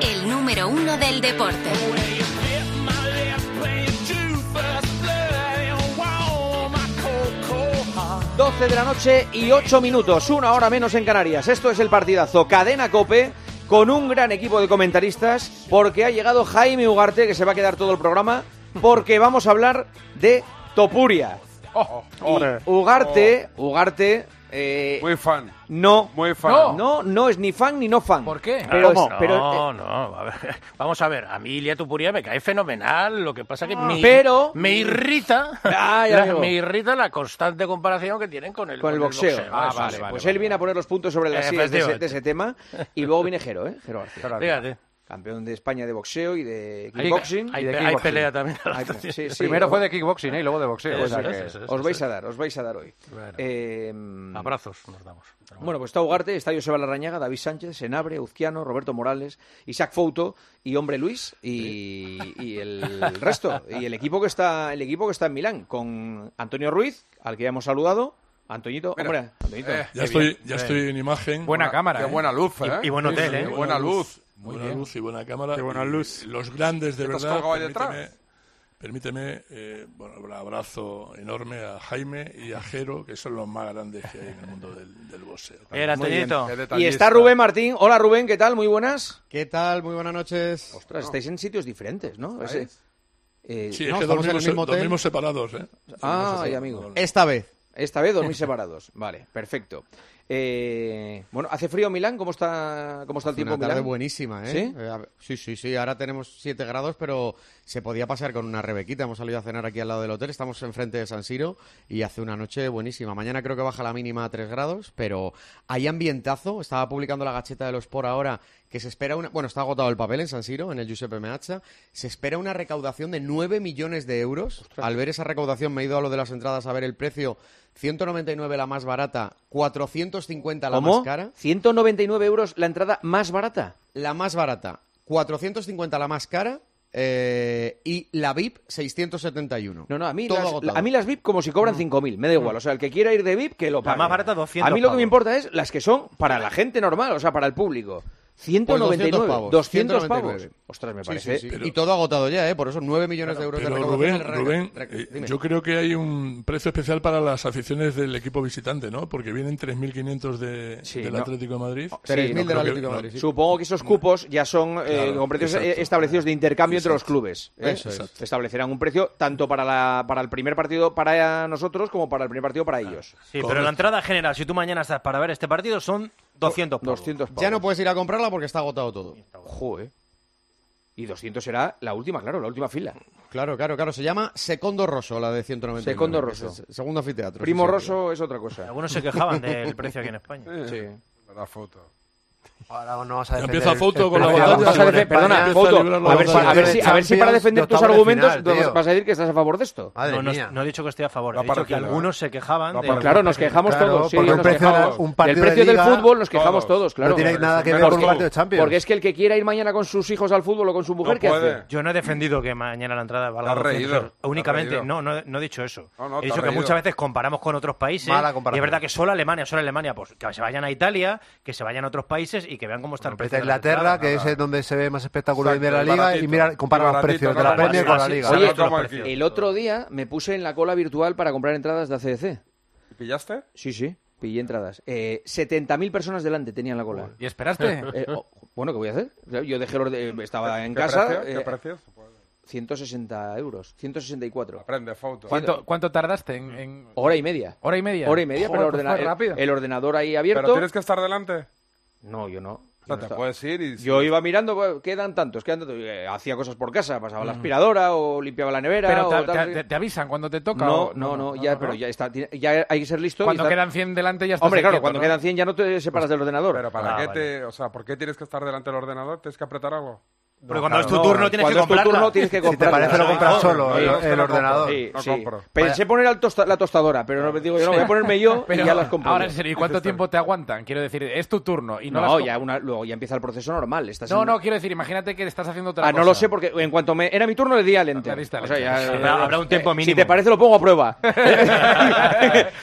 El número uno del deporte. Doce de la noche y ocho minutos, una hora menos en Canarias. Esto es el partidazo Cadena Cope con un gran equipo de comentaristas porque ha llegado Jaime Ugarte que se va a quedar todo el programa porque vamos a hablar de Topuria. Y Hombre. Ugarte, Ugarte, eh, Oh. Muy fan. no, Muy fan. No. no, no es ni fan ni no fan. ¿Por qué? Pero, ¿Cómo? pero, eh, no, no, a ver, vamos a ver, a mí Ilia Tupuria me cae fenomenal, lo que pasa que Ah. me, Ah. pero- Ah, me irrita Ay, la, amigo. me irrita la constante comparación que tienen con el, con el boxeo. Ah, eso vale, sí. vale, pues él viene a poner los puntos sobre las Eh, sillas de ese, efectivamente. de ese tema y luego viene Jero, ¿eh? Jero García. Fíjate, Campeón de España de boxeo y de hay, kickboxing. hay- Y de hay kickboxing. pelea también. Hay- sí, sí, Primero os- fue de kickboxing ¿eh? y luego de boxeo. Eso o sea es, que- eso es. Os vais a dar, os vais a dar hoy. Bueno. Eh, Abrazos nos damos. Pero bueno, pues está Ugarte, está Joseba Larrañaga, David Sánchez, Senabre, Uzquiano, Roberto Morales, Isaac Fouto y Hombre Luis y, y el resto. Y el equipo que está, el equipo que está en Milán, con Antonio Ruiz, al que ya hemos saludado. Antoñito, hombre, eh, Antoñito. eh, Ya estoy, eh. ya estoy en imagen. Buena cámara. Qué ¿eh? eh. buena luz, ¿eh? Y- y buen hotel, ¿eh? Qué buena luz. buena luz y buena cámara. Qué buena luz. Los grandes, de ¿Qué te has verdad. colgado ahí Permíteme, detrás? permíteme eh, bueno, un abrazo enorme a Jaime y a Jero, que son los más grandes que hay en el mundo del, del boxeo. Era Antoñito. Qué Y detallista. está Rubén Martín. Hola Rubén, ¿qué tal? Muy buenas. ¿Qué tal? Muy buenas noches. Ostras, estáis en sitios diferentes, ¿no? Ese- eh, Sí, es No, que estamos en el dormimos, mismo hotel. dormimos separados, ¿eh? Ah, ay, amigo. Esta vez. Esta vez dormís separados. Vale, perfecto. Eh, bueno, ¿hace frío en Milán? ¿Cómo está, cómo está el Una tiempo en tarde Milán? buenísima, ¿eh? ¿Sí? Eh, a ver, sí, sí, sí. Ahora tenemos 7 grados, pero se podía pasar con una rebequita. Hemos salido a cenar aquí al lado del hotel. Estamos enfrente de San Siro y hace una noche buenísima. Mañana creo que baja la mínima a 3 grados, pero hay ambientazo. Estaba publicando la gacheta de los por ahora que se espera una... Bueno, está agotado el papel en San Siro, en el Giuseppe Meazza. Se espera una recaudación de 9 millones de euros. Al ver esa recaudación me he ido a lo de las entradas a ver el precio. 199 la más barata, 450 la ¿Cómo? más cara. 199 euros la entrada más barata. La más barata, 450 la más cara eh, y la VIP 671. No, no, a mí, Todo las, agotado. Mm. a mí las VIP como si cobran 5.000, me da igual. O sea, el que quiera ir de VIP, que lo pague. más barata, 200 A mí lo que pavos. me importa es las que son para la gente normal, o sea, para el público. 199, 200 Pues pavos. pavos. 200 199. pavos. Ostras, me Sí, parece... sí, sí. Y todo agotado ya, ¿eh? Por eso 9 millones de euros de Pero Rubén, recaudación. Rubén Re- re- eh, dime. yo creo que hay un precio especial para las aficiones del equipo visitante, ¿no? Porque vienen 3.500 de, Sí, del no. Atlético de Madrid. Oh, Sí, 3.000 no del creo que- Atlético de no. Madrid, sí. Supongo que esos cupos ya son eh, Claro, con precios exacto. eh, establecidos de intercambio entre los clubes. ¿eh? Eso es. Exacto. Establecerán un precio tanto para, la, para el primer partido para nosotros como para el primer partido para ellos. Sí, pero la entrada general, si tú mañana estás para ver este partido, son 200 pavos. 200 pavos. Ya no puedes ir a comprarla porque está agotado todo. Joder. Y 200 será la última, claro, la última fila. Claro, claro, claro. Se llama Secondo Rosso, la de 190. Secondo Rosso. Segundo anfiteatro. Primo sí, sí. Rosso es otra cosa. Algunos se quejaban del precio aquí en España. Sí. La foto. Ahora no vas a Ya defender empieza el- foto con el la precio de batalla. Vas a basura defe- en perdona, España. Empieza a Foto, librar la a ver, si, batalla. a ver si- a ver si para Champions defender de tus octavos de argumentos final, vas- tío. vas a decir que estás a favor de esto. Madre No, no, mía. no he dicho que esté a favor, Va he dicho para que arriba. algunos se quejaban. Va de- para pues Claro, nos quejamos Claro, todos. Sí, porque un nos precio de- quejamos. un partido Del precio de del liga- fútbol nos quejamos Todos. todos, claro. No tiene nada que ver Porque- con un partido de Champions. Porque es que el que quiera ir mañana con sus hijos al fútbol o con su mujer, No ¿qué puede. hace? Yo no he defendido que mañana la entrada valga Te has 200 reído, euros. te has Únicamente, reído. no, no, no he dicho eso. No, no, he te dicho has que reído. muchas veces comparamos con otros países. Mala y es comparación. verdad que solo Alemania, solo Alemania, pues que se vayan a Italia, que se vayan a otros países y que vean cómo está el Vete precio. a de las Inglaterra, entradas. que es donde se ve más espectáculo Exacto, de la y liga, baratito. y mira, compara Y los baratito, precios de la nada más. Premier con la Así- liga. así- Oye, otros como precios. aquí. El otro día me puse en la cola virtual para comprar entradas de ACDC. ¿Y ¿Pillaste? Sí, sí, pillé entradas. Eh, 70.000 personas delante tenían la cola. ¿Y esperaste? Eh, oh, bueno, ¿qué voy a hacer? O sea, Yo dejé el orde- eh, estaba en ¿Qué casa. precio? eh, ¿Qué precio? 160 euros, 164. Aprende foto. ¿Cuánto, cuánto tardaste? En, en- Hora y media. ¿Hora y media? Hora y media, Joder, pero pues ordena- fue rápido. el, el ordenador ahí Pero abierto. tienes que estar delante. No, yo no. Yo no O sea, te estaba- puedes ir y... Yo iba mirando, pues, quedan tantos, quedan tantos. Eh, Hacía cosas por casa, pasaba la aspiradora o limpiaba la nevera. Mm. Pero o te, tal, te- sí. te avisan cuando te toca. no, o- Ah, no, no, ya, pero ya está, tiene- ya hay que ser listo. y Cuando estar- quedan 100 delante ya estás Hombre, claro, inquieto, cuando ¿no? Pues, quedan 100 ya no te separas del ordenador. Pero para Ah, qué vale. te... O sea, ¿por qué tienes que estar delante del ordenador? ¿Tienes que apretar algo? Porque cuando es tu turno tienes que cuando es tu comprarlo. turno tienes que Si te comprarlo. parece, lo Sí, compras sí, solo, sí, el- sí, el lo ordenador. compro, sí, Lo sí. compro. Pensé poner al tosta- la tostadora, pero no digo yo, no, voy a ponerme yo y ya las compro. Ahora, yo. en serio, ¿y cuánto tiempo te aguantan? Quiero decir, eh, es tu turno y no, no, las co- ya una- luego ya empieza el proceso normal. Estás No, en- no, quiero decir, imagínate que estás haciendo otra Ah, cosa. no lo sé porque en cuanto me era mi turno le di al enter. Le diste al O sea, enter. ya- Habrá- habrá un tiempo Eh, Si mínimo. te parece lo pongo a prueba.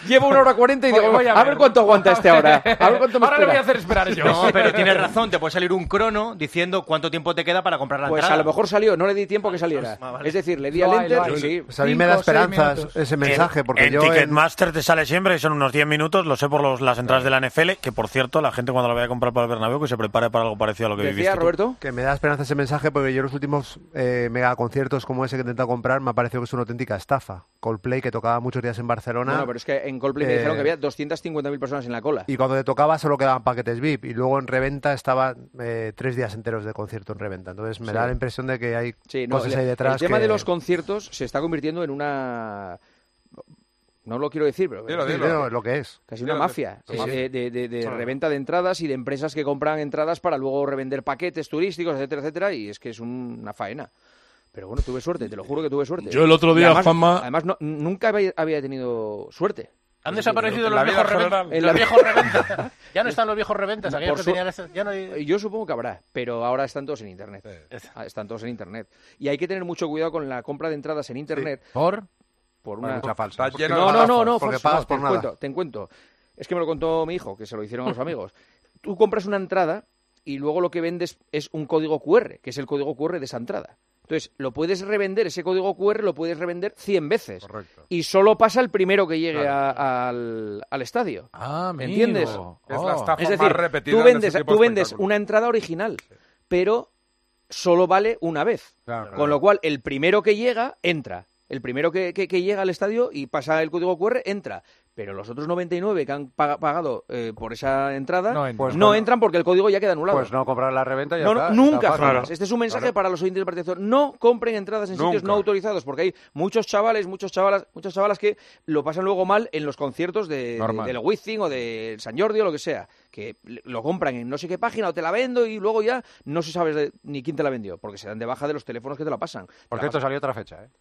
Llevo una hora cuarenta y digo, Voy- voy a, a ver. ver. cuánto aguanta este ahora. A ver cuánto me Ahora le voy a hacer espera. esperar yo. No, pero tienes razón, te puede salir un crono diciendo cuánto tiempo te queda para comprar la Pues entrada. a lo mejor salió, no le di tiempo que saliera. Ah, vale. Es decir, le di Lo al hay, lo enter hay. y Eh, sí. Pues a mí me da Cinco, seis esperanzas minutos. ese mensaje, porque en yo. en- Ticketmaster te sale siempre, que son unos 10 minutos, lo sé por los- las entradas de la NFL, que por cierto, la gente cuando la vaya a comprar para el Bernabéu que se prepare para algo parecido a lo que viviste Decía tú. Roberto. Que me da esperanza ese mensaje porque yo los últimos eh, megaconciertos como ese que he intentado comprar me ha parecido que es una auténtica estafa. Coldplay que tocaba muchos días en Barcelona No, no, pero es que en Coldplay me Eh, dijeron que había 250.000 personas en la cola. y cuando te tocaba solo quedaban paquetes VIP y luego en reventa estaba eh, tres días enteros de concierto en reventa. Entonces me Sí. da la impresión de que hay Sí, Eh, no, cosas el, ahí detrás. el tema que- de los conciertos se está convirtiendo en una... No lo quiero decir, pero eh, Dilo, Sí, dilo. no, lo que es. casi una Dilo, mafia sí, eh, sí. de, de- de- de reventa de entradas y de empresas que compran entradas para luego revender paquetes turísticos, etcétera, etcétera, y es que es un- una faena. Pero bueno, tuve suerte, te lo juro que tuve suerte. Yo el otro Y día, además, Juanma- además no- nunca había, había tenido suerte. Han desaparecido en la los vida viejos reventas. general. En la- Los viejos reventas. Ya no están los viejos reventas. Por Aquellos que su- tenían esas- ya no hay- Yo supongo que habrá, pero ahora están todos en Internet. Ah, Están todos en Internet. Y hay que tener mucho cuidado con la compra de entradas en Internet ¿Por? por una... Bueno, mucha falsa. Está lleno No, de no, no, no, porque falso, pagas no, por te nada. Encuentro, te encuentro. Es que me lo contó mi hijo, que se lo hicieron a los amigos. Tú compras una entrada y luego lo que vendes es un código QR, que es el código QR de esa entrada. Entonces, lo puedes revender, ese código QR lo puedes revender 100 veces. Correcto. Y solo pasa el primero que llegue a- al, al estadio. Ah, amigo. ¿Entiendes? Es la Oh. estafa Es más decir, repetida tú en ese vendes, tipo de tú vendes espectáculos. una entrada original, pero solo vale una vez. Claro, Con claro. lo cual, el primero que llega, entra. El primero que, que- que llega al estadio y pasa el código QR, entra. Pero los otros 99 que han pa- pagado eh, por esa entrada No no, entran. Pues no. entran porque el código ya queda anulado. Pues no comprar la reventa y ya No, no, está, nunca está fácil. jamás. Este es un mensaje para los oyentes del partido. No compren entradas en sitios Nunca. no autorizados, porque hay muchos chavales, muchos chavalas, muchas chavalas que lo pasan luego mal en los conciertos de, de- Normal. del Wizzing o de San Jordi o lo que sea, que le- lo compran en no sé qué página o te la vendo y luego ya no se sabe de- ni quién te la vendió, porque se dan de baja de los teléfonos que te la pasan. Por Te la cierto, salió otra fecha, ¿eh? pas-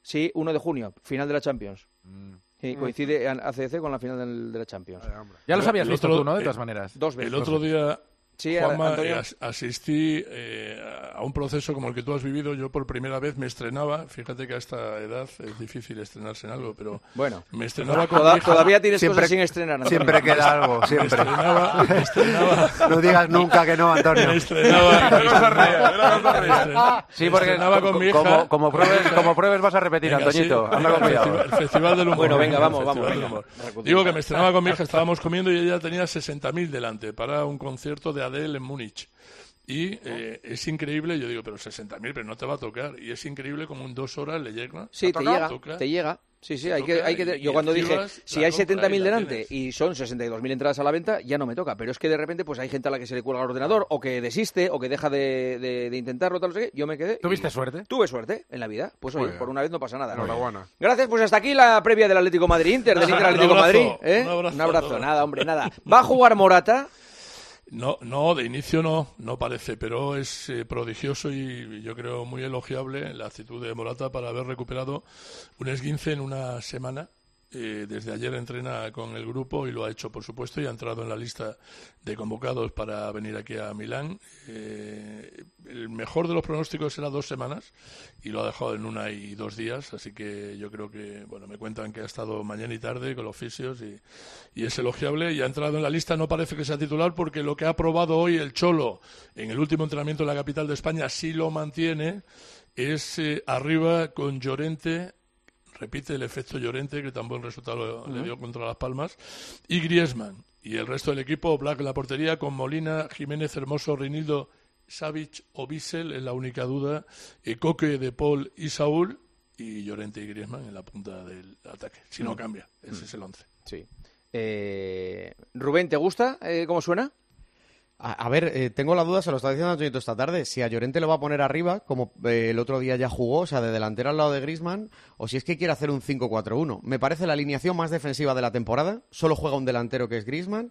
Sí, 1 de junio, final de la Champions. Mm. Sí, coincide an- ACC con la final del- de la Champions. Ya lo sabías El visto otro- tú, ¿no? De eh, todas maneras. Dos veces. El otro día, Sí, Juanma, Antonio. eh, as- asistí eh, a un proceso como el que tú has vivido. Yo por primera vez me estrenaba. Fíjate que a esta edad es difícil estrenarse en algo, pero Bueno. Ah, me estrenaba con Toda- mi hija. todavía tienes Siempre- cosas sin estrenar. Antonio. Siempre queda algo, Me siempre. estrenaba, me estrenaba, No digas nunca que no, Antonio. me estrenaba, me No se ríe, estrenaba, no se me ríe. estrenaba- Sí, me porque estrenaba con co- mi hija. como, como pruebes, Venga, como pruebes vas a repetir, venga, Antoñito. sí. Anda con el, cuidado. festival, el Festival del Humor. Bueno, venga, el vamos, Festival vamos, del venga. Humor. Recutimos. Digo que me estrenaba con mi hija, estábamos comiendo y ella tenía 60.000 delante para un concierto de Adele en Múnich. Y eh, es increíble, yo digo, pero 60.000, pero no te va a tocar. Y es increíble como en dos horas le llega. Sí, te toca, llega, toca. te llega. Sí, sí, Te hay que, toca hay que... y- Yo y cuando dije, encima si la hay compra y 70.000 la delante tienes. y son 62.000 entradas a la venta, ya no me toca. Pero es que de repente pues hay gente a la que se le cuelga el ordenador o que desiste o que deja de, de- de intentarlo, tal, no sé qué. Yo me quedé... y- ¿Tuviste suerte? Tuve suerte en la vida. Pues Muy oye, bien. por una vez no pasa nada. Enhorabuena. Gracias, pues hasta aquí la previa del Atlético Madrid-Inter, del Un Inter Atlético abrazo, Madrid. ¿eh? un abrazo. nada, hombre, nada. Va a jugar Morata. No, no, de inicio no, no parece, pero es eh, prodigioso y yo creo muy elogiable la actitud de Morata para haber recuperado un esguince en una semana. Eh, desde ayer entrena con el grupo y lo ha hecho, por supuesto, y ha entrado en la lista de convocados para venir aquí a Milán. Eh, el mejor de los pronósticos era dos semanas y lo ha dejado en una y dos días, así que yo creo que, bueno, me cuentan que ha estado mañana y tarde con los fisios y, y es elogiable y ha entrado en la lista. No parece que sea titular porque lo que ha probado hoy el Cholo en el último entrenamiento en la capital de España, si lo mantiene, es eh, arriba con Llorente. Repite el efecto Llorente, que tan buen resultado le dio contra Las Palmas, y Griezmann. Y el resto del equipo, Black en la portería, con Molina, Jiménez, Hermoso, Reinildo, Savic o Bissell, es la única duda, eh, Coque, De Paul y Saúl, y Llorente y Griezmann en la punta del ataque. Si no cambia, ese es el once. Sí. eh, Rubén, ¿te gusta eh, cómo suena? A, a ver, eh, tengo la duda, se lo está diciendo Antonito esta tarde, si a Llorente lo va a poner arriba, como eh, el otro día ya jugó, o sea, de delantero al lado de Grisman, o si es que quiere hacer un 5-4-1. Me parece la alineación más defensiva de la temporada, solo juega un delantero que es Grisman.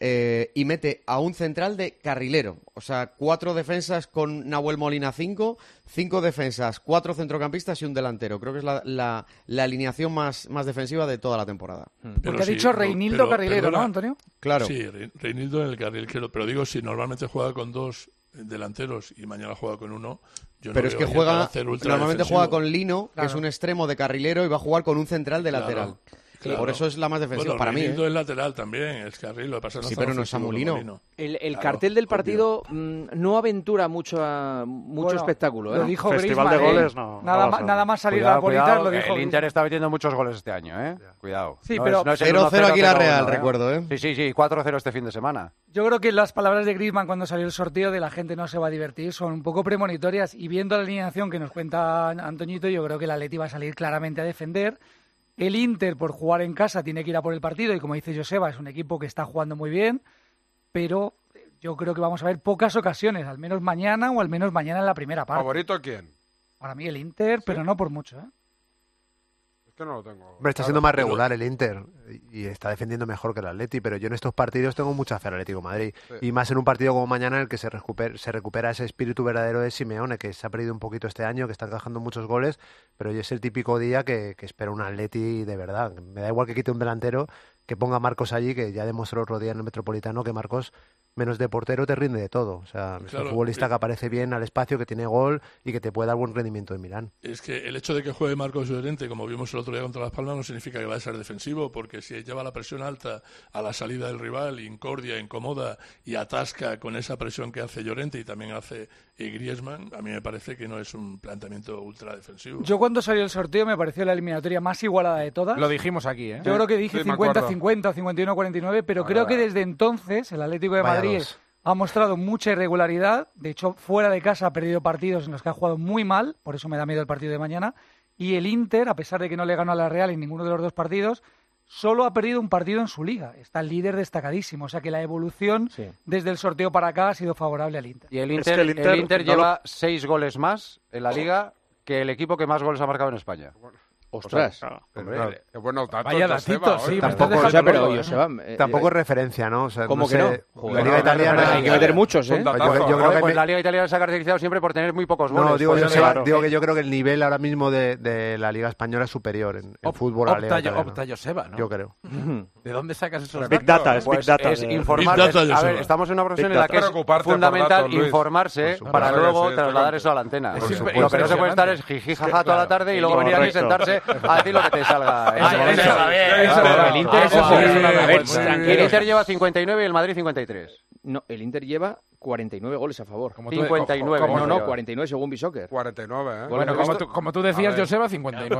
eh, y mete a un central de carrilero. O sea, cuatro defensas con Nahuel Molina cinco, cinco defensas, cuatro centrocampistas y un delantero. Creo que es la, la- la alineación más, más defensiva de toda la temporada. Mm, Pero ha sí, dicho pero- Reinildo pero- Carrilero, perdona. ¿Ah, ¿no, Antonio? Claro. Sí, Re- Reinildo en el carril izquierdo. Pero digo, si normalmente juega con dos delanteros y mañana juega con uno, yo no Pero es veo que bien juega, para hacer ultra normalmente defensivo. juega con Lino, que Claro. es un extremo de carrilero, y va a jugar con un central de Claro, lateral. claro. Por eso es la más defensiva Bueno, para mí. ¿eh? Reinildo es lateral también, es carril. Lo que pasa es que Sí, está pero no es ofensivo como Amolino. Molino. El, el Claro, cartel del partido mm, no aventura mucho, a- mucho Bueno, espectáculo. ¿eh? Lo dijo Festival Griezmann, de ¿eh? goles, no. Nada, No ma- vas a- nada más salir Cuidado, las bolitas, cuidado, lo que dijo. El Inter está metiendo muchos goles este año, ¿eh? Cuidado. Sí, No pero- es- no es el 0-0 1-0 aquí la que era Real, uno, ¿eh? recuerdo, ¿eh? Sí, sí, sí, 4-0 este fin de semana. Yo creo que las palabras de Griezmann cuando salió el sorteo de la gente no se va a divertir son un poco premonitorias y viendo la alineación que nos cuenta Antoñito, yo creo que el Atleti va a salir claramente a defender. El Inter por jugar en casa tiene que ir a por el partido y como dice Joseba es un equipo que está jugando muy bien, pero yo creo que vamos a ver pocas ocasiones, al menos mañana o al menos mañana en la primera parte. ¿Favorito quién? Para mí el Inter, pero no por mucho. ¿eh? Es que no lo tengo. Hombre, está siendo más regular el Inter y está defendiendo mejor que el Atleti, pero yo en estos partidos tengo mucha fe al Atlético de Madrid. Sí. Y más en un partido como mañana en el que se recupera, se recupera ese espíritu verdadero de Simeone, que se ha perdido un poquito este año, que está encajando muchos goles, pero hoy es el típico día que, que espera un Atleti de verdad. Me da igual que quite un delantero, que ponga a Marcos allí, que ya demostró otro día en el Metropolitano que Marcos, menos de portero, te rinde de todo. O sea, es Claro, un futbolista y- que aparece bien al espacio, que tiene gol y que te puede dar buen rendimiento en Milán. Es que el hecho de que juegue Marcos Llorente, como vimos el otro día contra Las Palmas, no significa que va a ser defensivo, porque si lleva la presión alta a la salida del rival, incordia, incomoda y atasca con esa presión que hace Llorente y también hace eh, Griezmann, a mí me parece que no es un planteamiento ultra defensivo. Yo cuando salió el sorteo me pareció la eliminatoria más igualada de todas. Lo dijimos aquí, ¿eh? Yo creo que dije Sí, me acuerdo. 50-50 o 51-49, pero Ah, creo que vale. desde entonces el Atlético de Vaya Madrid dos. ha mostrado mucha irregularidad. De hecho, fuera de casa ha perdido partidos en los que ha jugado muy mal, por eso me da miedo el partido de mañana. Y el Inter, a pesar de que no le ganó a la Real en ninguno de los dos partidos, solo ha perdido un partido en su liga. Está el líder destacadísimo, o sea que la evolución desde el sorteo para acá ha sido favorable al Inter. Y el Inter, el Inter, lleva seis goles más en la liga que el equipo que más goles ha marcado en España. Ostras. hombre, Hombre, eh, es bueno, tanto Vaya Joseba, datitos, hoy. sí, me estás Tampoco, o sea, pero, Joseba, eh, Tampoco eh, es referencia, ¿no? O sea, ¿Cómo no que sé, no? La Joder, Liga Italiana... Hay que meter muchos, ¿eh? Yo- yo creo que hay- la liga italiana se ha caracterizado siempre por tener muy pocos goles. No, digo, por yo, eso- sé- digo que yo creo que el nivel ahora mismo de, de la Liga Española es superior en, en fútbol a la Liga opta- italiana. opta Joseba, ¿no? Yo creo. ¿De dónde sacas esos Big datos? data, es Big Pues data Es eh. de- informar. Big data, es- a Joseba. ver, estamos en una profesión Big en la data. que es Preocuparte por fundamental datos, Luis. informarse Por para supuesto. luego Sí, trasladar eso a la antena. Por supuesto. Lo que no se puede estar es jiji jaja toda la tarde y luego venir aquí y Correcto. sentarse a decir lo que te salga. Eso, Claro, eso, claro. a ver, eso, Claro, el Inter eso, es una eso, vergüenza. eso. El Tranquilos. Inter lleva 59 y el Madrid 53. No, el Inter lleva 49 goles a favor. tú- 59. Como no, no, Como- 49 según Bishocker. 49, ¿eh? Bueno, como tú, como tú decías, Joseba, 59.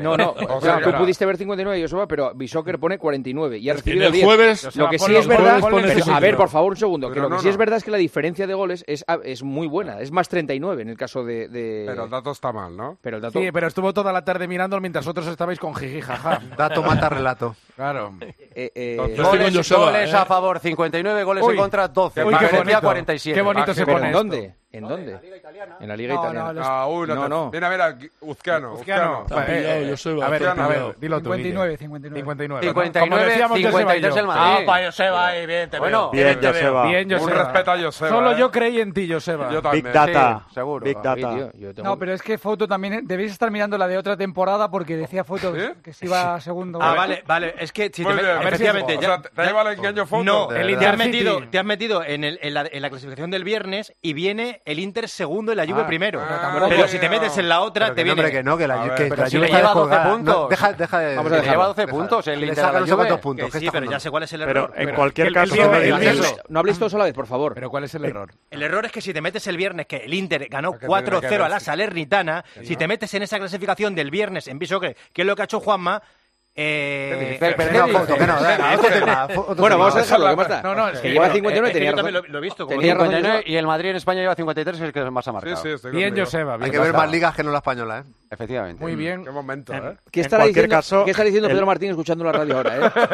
No, no. O claro, sea, tú pudiste ver 59, Joseba, pero Bishocker pone 49 y ha recibido el 10. jueves- Lo Joseba, que sí es ponlo- verdad... ponlo en pero, ese a ver, sitio. por favor, un segundo. Que Pero lo que no, sí es no. Ah. verdad es que la diferencia de goles es, ah, es muy buena. Es más 39 en el caso de... de- Pero el dato está mal, ¿no? Pero el dato... Sí, pero estuvo toda la tarde mirándolo mientras otros estabais con jiji jaja. Dato mata relato. Claro. Eh, Eh, Goles, ¿eh? goles a favor 59, goles Uy. en contra 12. Uy, qué Diferencia bonito. 47. Ah, Qué Ah, bonito se ¿Pero pone ¿En esto. dónde? ¿En dónde? En la Liga No, no, Italiana. los- Ah, uy, la no, ter- no. Mira, mira, aquí- Uzcano. Uzcano. Está pillado, yo soy a ver, Uzcano. a ver, dilo tú. 59, 59. 59. 59, 53 el Madrid. Joseba ahí, bien, te Bueno, veo. Bien, Te veo. Joseba. Bien, Un Joseba. respeto a Joseba, Solo eh. yo creí en ti, Joseba. Yo también. Big data. Sí, seguro. Big data. Sí, tío, yo tengo- No, pero es que Foto también eh, debéis estar mirando la de otra temporada porque decía Foto que se iba a segundo. Ah, vale, vale. Es que si Muy te met- bien. efectivamente, O ya- sea, ¿Te te lleva el engaño foto? No, De te verdad. has metido, te has metido en, el- en la, en la clasificación del viernes y viene el Inter segundo y la Juve Ah, primero. pero tampoco- pero si te metes en la otra, Pero te que no, viene... hombre, que no, que la, A Ju- ver, que pero la si Juve le está lleva 12 descolgada. puntos. No, deja, deja de... Vamos a dejarlo. deja- el le Inter saca a la no sé cuántos Juve. puntos. Que ¿qué sí, estás pero ya hablando? sé cuál es el Pero error. en Pero cualquier que el caso, viernes- no me el digas viernes- eso. No habléis todos a la vez, por favor. ¿Pero cuál es el error? El error es que si te metes el viernes, que el Inter ganó que 4-0 a ver, la sí. Salernitana, si te metes en esa clasificación del viernes en Bishoker, que es lo que ha hecho Juanma... Eh, Pero venga, foto, que no, venga, otro tema, fo- otro tema. Bueno, vamos a dejarlo, que más da. No, no, es que que- lleva eh, 59 eh, tenía yo razón. también lo- lo he visto, como Tenía razón. 59 y el Madrid en España lleva 53, que es el que más ha marcado. Hay que ver más ligas que no la española, ¿eh? Efectivamente. Muy bien. Qué momento, ¿eh? ¿Qué estará, diciendo, ¿qué estará diciendo Pedro Martín escuchando la radio ahora? Eh?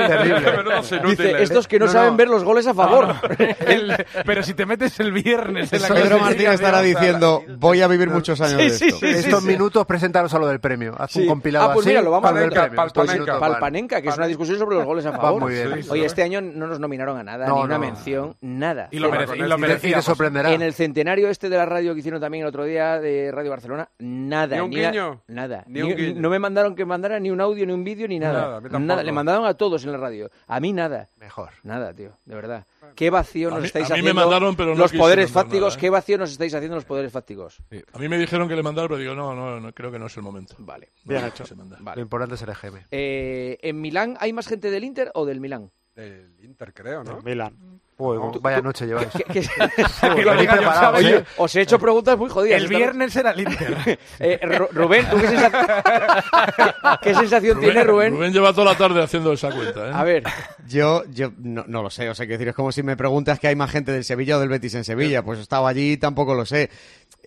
Menudos inútiles. Dice, estos que no, No, saben no. ver los goles a favor. El- pero si te metes el viernes en la Pedro clasificación, Martín estará o sea, diciendo, voy a vivir muchos años de esto. Estos minutos, presentarlos a lo del premio. Haz Sí. un compilado ah, pues así. mira, lo vamos para Pues a lo del ver. premio. Estos minutos van. Palpanenca, que es una discusión sobre los goles a Va favor. muy bien. Sí, sí, Oye, sí. este año no nos nominaron a nada, No, ni una no. mención, nada. Y lo Cero. merece- y lo Y te- y te merecíamos. sorprenderá. En el centenario este de la radio que hicieron también el otro día de Radio Barcelona, nada. Ni un la- guiño. Nada. Ni un guiño. No me mandaron que mandara ni un audio, ni un vídeo, ni Nada, a nada. mí Nada, tampoco. Le mandaron a todos en la radio. A mí nada. Mejor. Nada, tío, de verdad. Qué vacío A nos mí- estáis a mí me haciendo mandaron, pero no los quisieron poderes mandar fácticos. nada, ¿eh? Qué vacío nos estáis haciendo los poderes fácticos. A mí me dijeron que le mandara, pero digo, no, no, no, creo que no es el momento. Vale. Bien No, hecho. se manda. Lo importante es el EGM. Eh, ¿En Milán hay más gente del Inter o del Milán? Del Inter, creo, ¿no? Milan. Uy, No. vaya noche lleváis. ¿Qué- qué- Uy, que lo venís diga yo, preparados, oye, ¿eh? os he hecho preguntas muy jodidas. El esta viernes era el Inter. noche. Eh, Ru- Rubén, ¿tú qué, sensa- qué sensación Rubén, tiene Rubén? Rubén lleva toda la tarde haciendo esa cuenta. ¿eh? A ver, Yo, yo no, no lo sé, o sea, quiero decir, es como si me preguntas que hay más gente del Sevilla o del Betis en Sevilla, pues estaba allí y tampoco lo sé.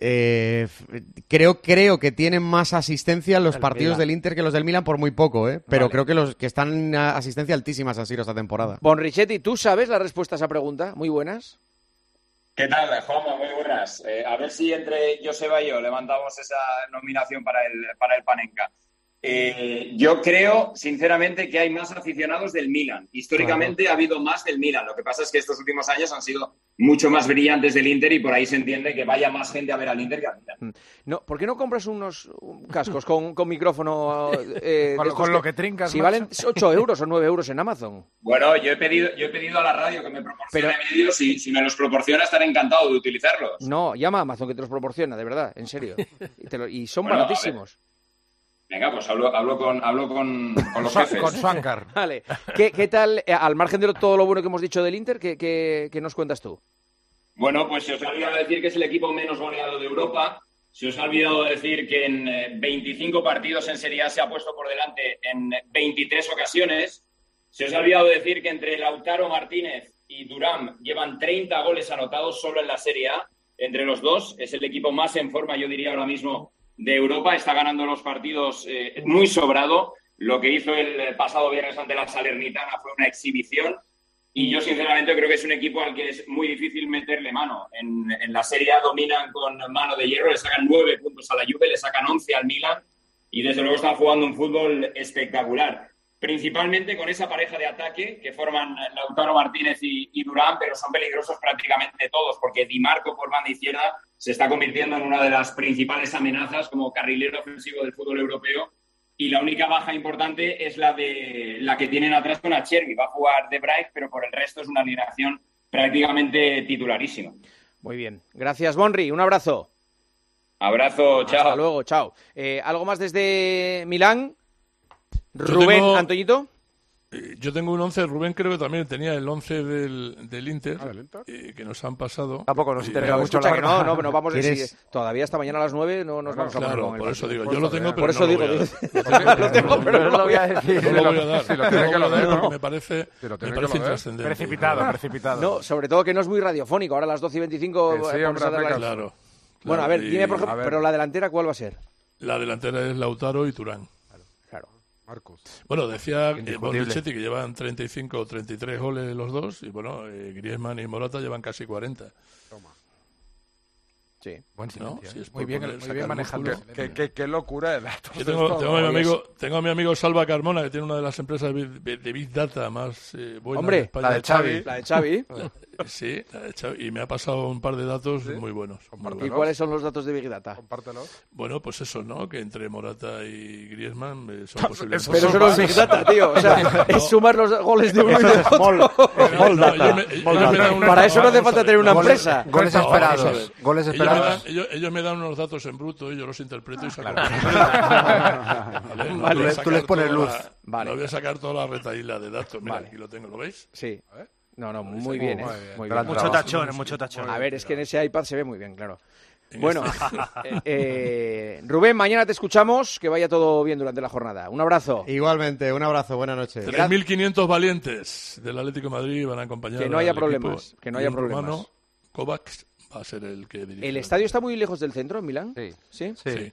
Eh, f- creo, creo que tienen más asistencia los El partidos Milan. del Inter que los del Milan por muy poco, ¿eh? pero Vale. creo que los que están en a- asistencia altísima han sido esta temporada. Bonrichetti, ¿tú sabes la respuesta a esa pregunta? Muy buenas. ¿Qué tal, Juanma? Muy buenas. Eh, a ver si entre Joseba y yo levantamos esa nominación para el, para el Panenka. Eh, yo creo, sinceramente, que hay más aficionados del Milan. Históricamente ha habido más del Milan. Lo que pasa es que estos últimos años han sido mucho más brillantes del Inter y por ahí se entiende que vaya más gente a ver al Inter que al Milan. No, ¿Por qué no compras unos um, cascos con, con micrófono? eh, de Con lo- estos con lo que trincas, Si macho. valen 8 euros o 9 euros en Amazon. Bueno, yo he pedido, yo he pedido a la radio que me proporcione vídeos y si me los proporciona estaré encantado de utilizarlos. No, llama a Amazon que te los proporciona, de verdad, en serio. Y, te lo- y son Bueno, a ver. baratísimos. Venga, pues hablo, hablo con, hablo con, con los jefes. Vale. ¿Qué, qué tal, eh, al margen de lo- todo lo bueno que hemos dicho del Inter, qué, qué- qué nos cuentas tú? Bueno, pues se os ha olvidado decir que es el equipo menos goleado de Europa. Se os ha olvidado decir que en eh, 25 partidos en Serie A se ha puesto por delante en eh, 23 ocasiones. Se os ha olvidado decir que entre Lautaro Martínez y Durán llevan 30 goles anotados solo en la Serie A. Entre los dos es el equipo más en forma, yo diría ahora mismo, de Europa. Está ganando los partidos eh, muy sobrado. Lo que hizo el eh, pasado viernes ante la Salernitana fue una exhibición. Y yo sinceramente creo que es un equipo al que es muy difícil meterle mano. En, en la Serie A dominan con mano de hierro, le sacan nueve puntos a la Juve, le sacan once al Milan y desde luego están jugando un fútbol espectacular. Principalmente con esa pareja de ataque que forman Lautaro Martínez y, y Durán, pero son peligrosos prácticamente todos porque Di Marco por banda izquierda se está convirtiendo en una de las principales amenazas como carrilero ofensivo del fútbol europeo y la única baja importante es la de la que tienen atrás con Acherby. Va a jugar De Bright, pero por el resto es una alineación prácticamente titularísima. Muy bien. Gracias, Bonri. Un abrazo. Abrazo, chao. Hasta luego, chao. Eh, ¿Algo más desde Milán? Yo Rubén, tengo- Antoñito. Eh, Yo tengo un 11, Rubén creo que también tenía el 11 del, del Inter, eh, que nos han pasado. Tampoco nos Pero escucha que no, no, pero vamos a decir, todavía hasta mañana a las 9 no nos vamos a poner Claro, con el por eso partido. digo, yo lo tengo, pero Por eso no lo digo, voy a digo, dar. lo tengo, pero no lo voy a decir. No lo voy a dar. Si lo No tiene lo que lo voy a dé, dar porque ¿no? Me parece, Si lo me tiene que parece lo dé. Ah. intrascendente. Precipitado, precipitado. No, sobre todo que no es muy radiofónico. Ahora a las 12 y 25 Que sí, eh, pones a hombre, dar la- hace caso. Bueno, a Claro, ver, y- dime por ejemplo, a ver. pero la delantera, ¿cuál va a ser? La delantera es Lautaro y Turán. Claro. Marcos. Bueno, decía eh, Indiscutible. Borrichetti que llevan 35 o 33 goles los dos, y bueno, eh, Griezmann y Morata llevan casi 40. Sí. Buen silencio, sí, ¿eh? es Muy por bien, poner- muy sacar bien manejado. músculo. Qué- qué- qué locura de datos Yo es tengo, todo. tengo a mi Oye, amigo, tengo a mi amigo Salva Carmona, que tiene una de las empresas de, Big- de Big Data más eh, buenas Hombre, de España. la de Xavi. La de Xavi. La- Sí, la de Xavi. Y me ha pasado un par de datos muy buenos. muy ¿Y buenos. cuáles son los datos de Big Data? Bueno, pues eso, ¿no? Que entre Morata y Griezmann eh, son posibles. Pero eso no es Big Data, tío. O sea, No. es sumar los goles de uno y de Eso es otro. small- small No, data, yo me- small yo me- data. Para eso no Vamos hace a falta ver, tener una goles- empresa. goles No, esperados, vamos a ver. goles Ellos me esperados. dan- ellos- me dan unos datos en bruto y yo los interpreto y saco. Vale, no voy a sacar toda la- Vale. No voy a sacar toda la retaíla de datos. Mira, aquí lo tengo, ¿lo veis? Sí. No, no, muy bien, ¿eh? Muy bien. Muy Gran bien. Mucho trabajo. tachón, ¿eh? mucho tachón. A ver, es que en ese iPad se ve muy bien, claro. En Bueno, este. eh, Rubén, mañana te escuchamos. Que vaya todo bien durante la jornada. Un abrazo. Igualmente, un abrazo, buenas noches. 3.500 valientes del Atlético de Madrid van a acompañar Que no haya al equipo. problemas, que no haya Y un problemas. rumano, Kovacs va a ser el que dirige. ¿El estadio está muy lejos del centro, en Milán? Sí. Sí.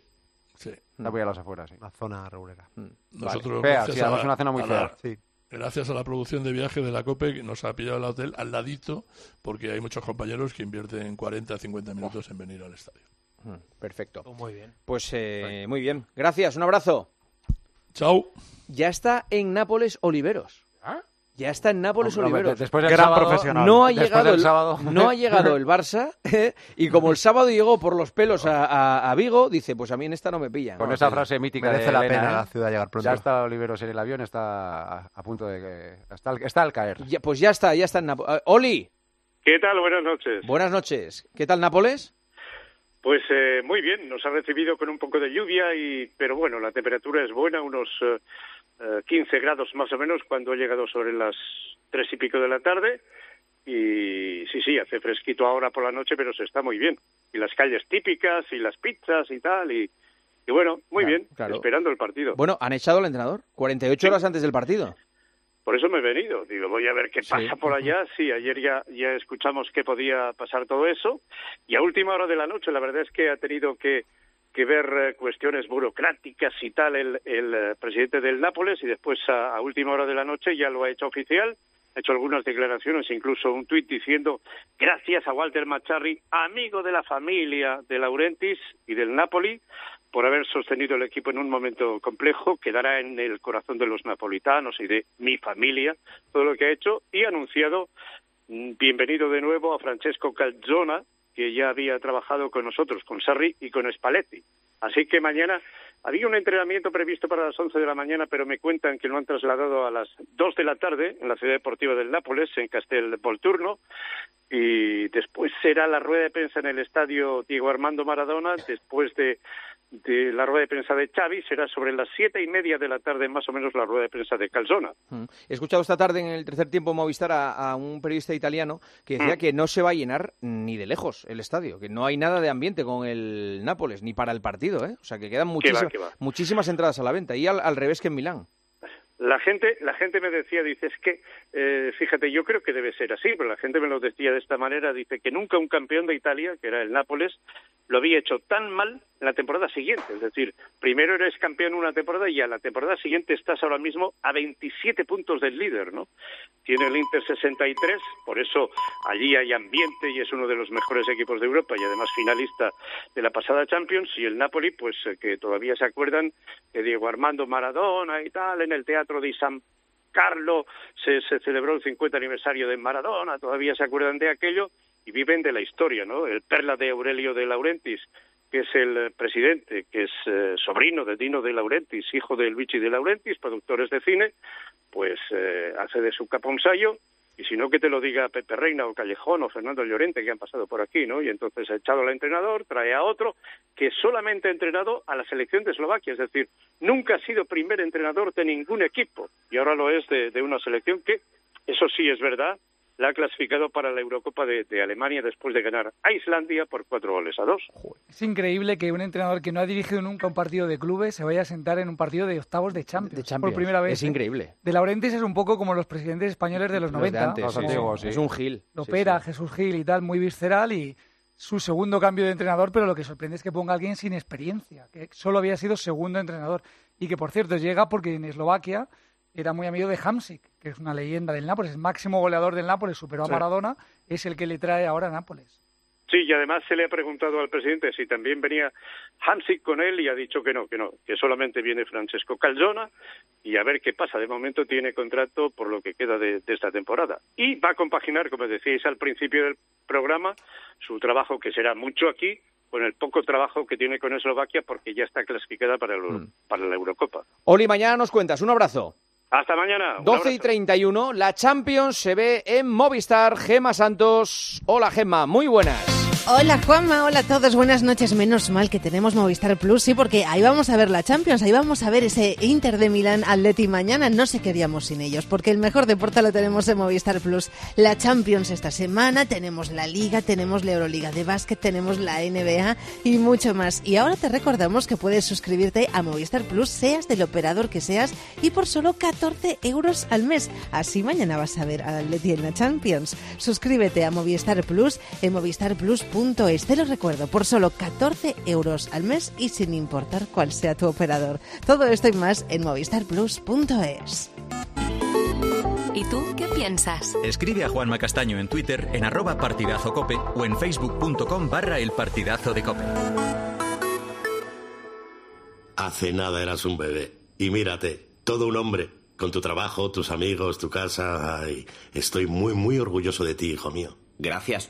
Sí. La voy a las afueras, sí. La zona regulera. Mm. Nosotros, Vale. Fea, gracias sí, a además la- una cena muy a fea. la- Gracias a la producción de viaje de la COPE, que nos ha pillado el hotel al ladito, porque hay muchos compañeros que invierten 40, 50 minutos en venir al estadio. Perfecto. Oh, Muy bien. Pues eh, muy bien. Gracias, un abrazo. Chao. Ya está en Nápoles Oliveros. Ah. Ya está en Nápoles Hombre, Oliveros. de- después del Gran sábado- profesional. No ha después llegado del el, sábado. no ha llegado el Barça ¿eh? y como el sábado llegó por los pelos a, a- a Vigo, dice, pues a mí en esta no me pillan. Con No, esa sí. frase mítica merece de la Elena, pena ¿eh? la ciudad llegar pronto. Ya está Oliveros en el avión, está a, a punto de que está al, está al caer. Ya- pues ya está, ya está en Nápoles. Oli, ¿Qué tal? Buenas noches. buenas noches. ¿Qué tal Nápoles? Pues eh, muy bien, nos ha recibido con un poco de lluvia, y, pero bueno, la temperatura es buena, unos eh, eh, 15 grados más o menos cuando ha llegado sobre las tres y pico de la tarde. Y sí, sí, hace fresquito ahora por la noche, pero se está muy bien. Y las calles típicas, y las pizzas y tal, y, y bueno, muy Claro, bien, claro. esperando el partido. Bueno, han echado al entrenador 48 horas antes del partido. Por eso me he venido. Digo, voy a ver qué pasa por allá. Sí, ayer ya, ya escuchamos que podía pasar todo eso. Y a última hora de la noche, la verdad es que ha tenido que, que ver eh, cuestiones burocráticas y tal el, el, eh, presidente del Nápoles y después a, a última hora de la noche ya lo ha hecho oficial. Ha hecho algunas declaraciones, incluso un tuit diciendo gracias a Walter Macharri, amigo de la familia de Laurentis y del Napoli, por haber sostenido el equipo en un momento complejo, quedará en el corazón de los napolitanos y de mi familia todo lo que ha hecho y ha anunciado mm, bienvenido de nuevo a Francesco Calzona, que ya había trabajado con nosotros, con Sarri y con Spalletti. Así que mañana había un entrenamiento previsto para las 11 de la mañana, pero me cuentan que lo han trasladado a las 2 de la tarde en la ciudad deportiva del Nápoles, en Castel Volturno, y después será la rueda de prensa en el estadio Diego Armando Maradona, después de, de la rueda de prensa de Xavi, será sobre las siete y media de la tarde más o menos la rueda de prensa de Calzona. He escuchado esta tarde en el tercer tiempo en Movistar a, a un periodista italiano que decía que no se va a llenar ni de lejos el estadio, que no hay nada de ambiente con el Nápoles, ni para el partido, ¿eh? O sea, que quedan Que va, muchísimas, que va. muchísimas entradas a la venta, y al, al revés que en Milán. La gente, la gente me decía, dice, es que, eh, fíjate, yo creo que debe ser así, pero la gente me lo decía de esta manera, dice que nunca un campeón de Italia, que era el Nápoles, lo había hecho tan mal en la temporada siguiente. Es decir, primero eres campeón una temporada y a la temporada siguiente estás ahora mismo a 27 puntos del líder, ¿no? Tiene el Inter 63, por eso allí hay ambiente y es uno de los mejores equipos de Europa y además finalista de la pasada Champions. Y el Napoli, pues eh, que todavía se acuerdan de Diego Armando Maradona y tal, en el Teatro de San Carlo se, se celebró el 50 aniversario de Maradona, todavía se acuerdan de aquello y viven de la historia, ¿no? El perla de Aurelio de Laurentiis, que es el eh, presidente, que es eh, sobrino de Dino de Laurentiis, hijo de Luigi de Laurentiis, productores de cine, pues eh, hace de su capa un sayo, y si no que te lo diga Pepe Reina o Callejón o Fernando Llorente que han pasado por aquí, ¿no? Y entonces ha echado al entrenador, trae a otro que solamente ha entrenado a la selección de Eslovaquia, es decir, nunca ha sido primer entrenador de ningún equipo y ahora lo es de, de una selección que, eso sí es verdad, la ha clasificado para la Eurocopa de, de Alemania después de ganar a Islandia por cuatro goles a dos. Es increíble que un entrenador que no ha dirigido nunca un partido de clubes se vaya a sentar en un partido de octavos de Champions, por primera vez. ¿eh? Es increíble. De Laurentiis es un poco como los presidentes españoles de los, Los de 90. antes, sí, como sí. Es un gil. Sí, Lopera, Jesús Gil y tal, muy visceral y su segundo cambio de entrenador, pero lo que sorprende es que ponga a alguien sin experiencia, que solo había sido segundo entrenador. Y que, por cierto, llega porque en Eslovaquia era muy amigo de Hamsik, que es una leyenda del Nápoles, es máximo goleador del Nápoles, superó a Sí. Maradona, es el que le trae ahora a Nápoles. Sí, y además se le ha preguntado al presidente si también venía Hamsik con él y ha dicho que no, que no, que solamente viene Francesco Calzona y a ver qué pasa. De momento tiene contrato por lo que queda de, de esta temporada. Y va a compaginar, como decíais al principio del programa, su trabajo, que será mucho aquí, con el poco trabajo que tiene con Eslovaquia porque ya está clasificada para, el Euro- para la Eurocopa. Oli, mañana nos cuentas, un abrazo. Hasta mañana. Un 12 y 31, la Champions se ve en Movistar. Gema Santos. Hola, Gema, muy buenas. Hola Juanma, hola a todos, buenas noches. Menos mal que tenemos Movistar Plus, sí, porque ahí vamos a ver la Champions, ahí vamos a ver ese Inter de Milán Atleti mañana. No se queríamos sin ellos, porque el mejor deporte lo tenemos en Movistar Plus. La Champions esta semana, tenemos la Liga, tenemos la Euroliga de Básquet, tenemos la NBA y mucho más. Y ahora te recordamos que puedes suscribirte a Movistar Plus, seas del operador que seas, y por solo 14 euros al mes. Así mañana vas a ver al Atleti en la Champions. Suscríbete a Movistar Plus en movistarplus.com movistar.es. Te lo recuerdo, por solo 14 euros al mes y sin importar cuál sea tu operador. Todo esto y más en movistarplus.es. ¿Y tú qué piensas? Escribe a Juanma Castaño en Twitter en arroba partidazo cope o en facebook.com barra el partidazo de cope. Hace nada eras un bebé. Y mírate, todo un hombre. Con tu trabajo, tus amigos, tu casa. Ay, estoy muy, muy orgulloso de ti, hijo mío. Gracias.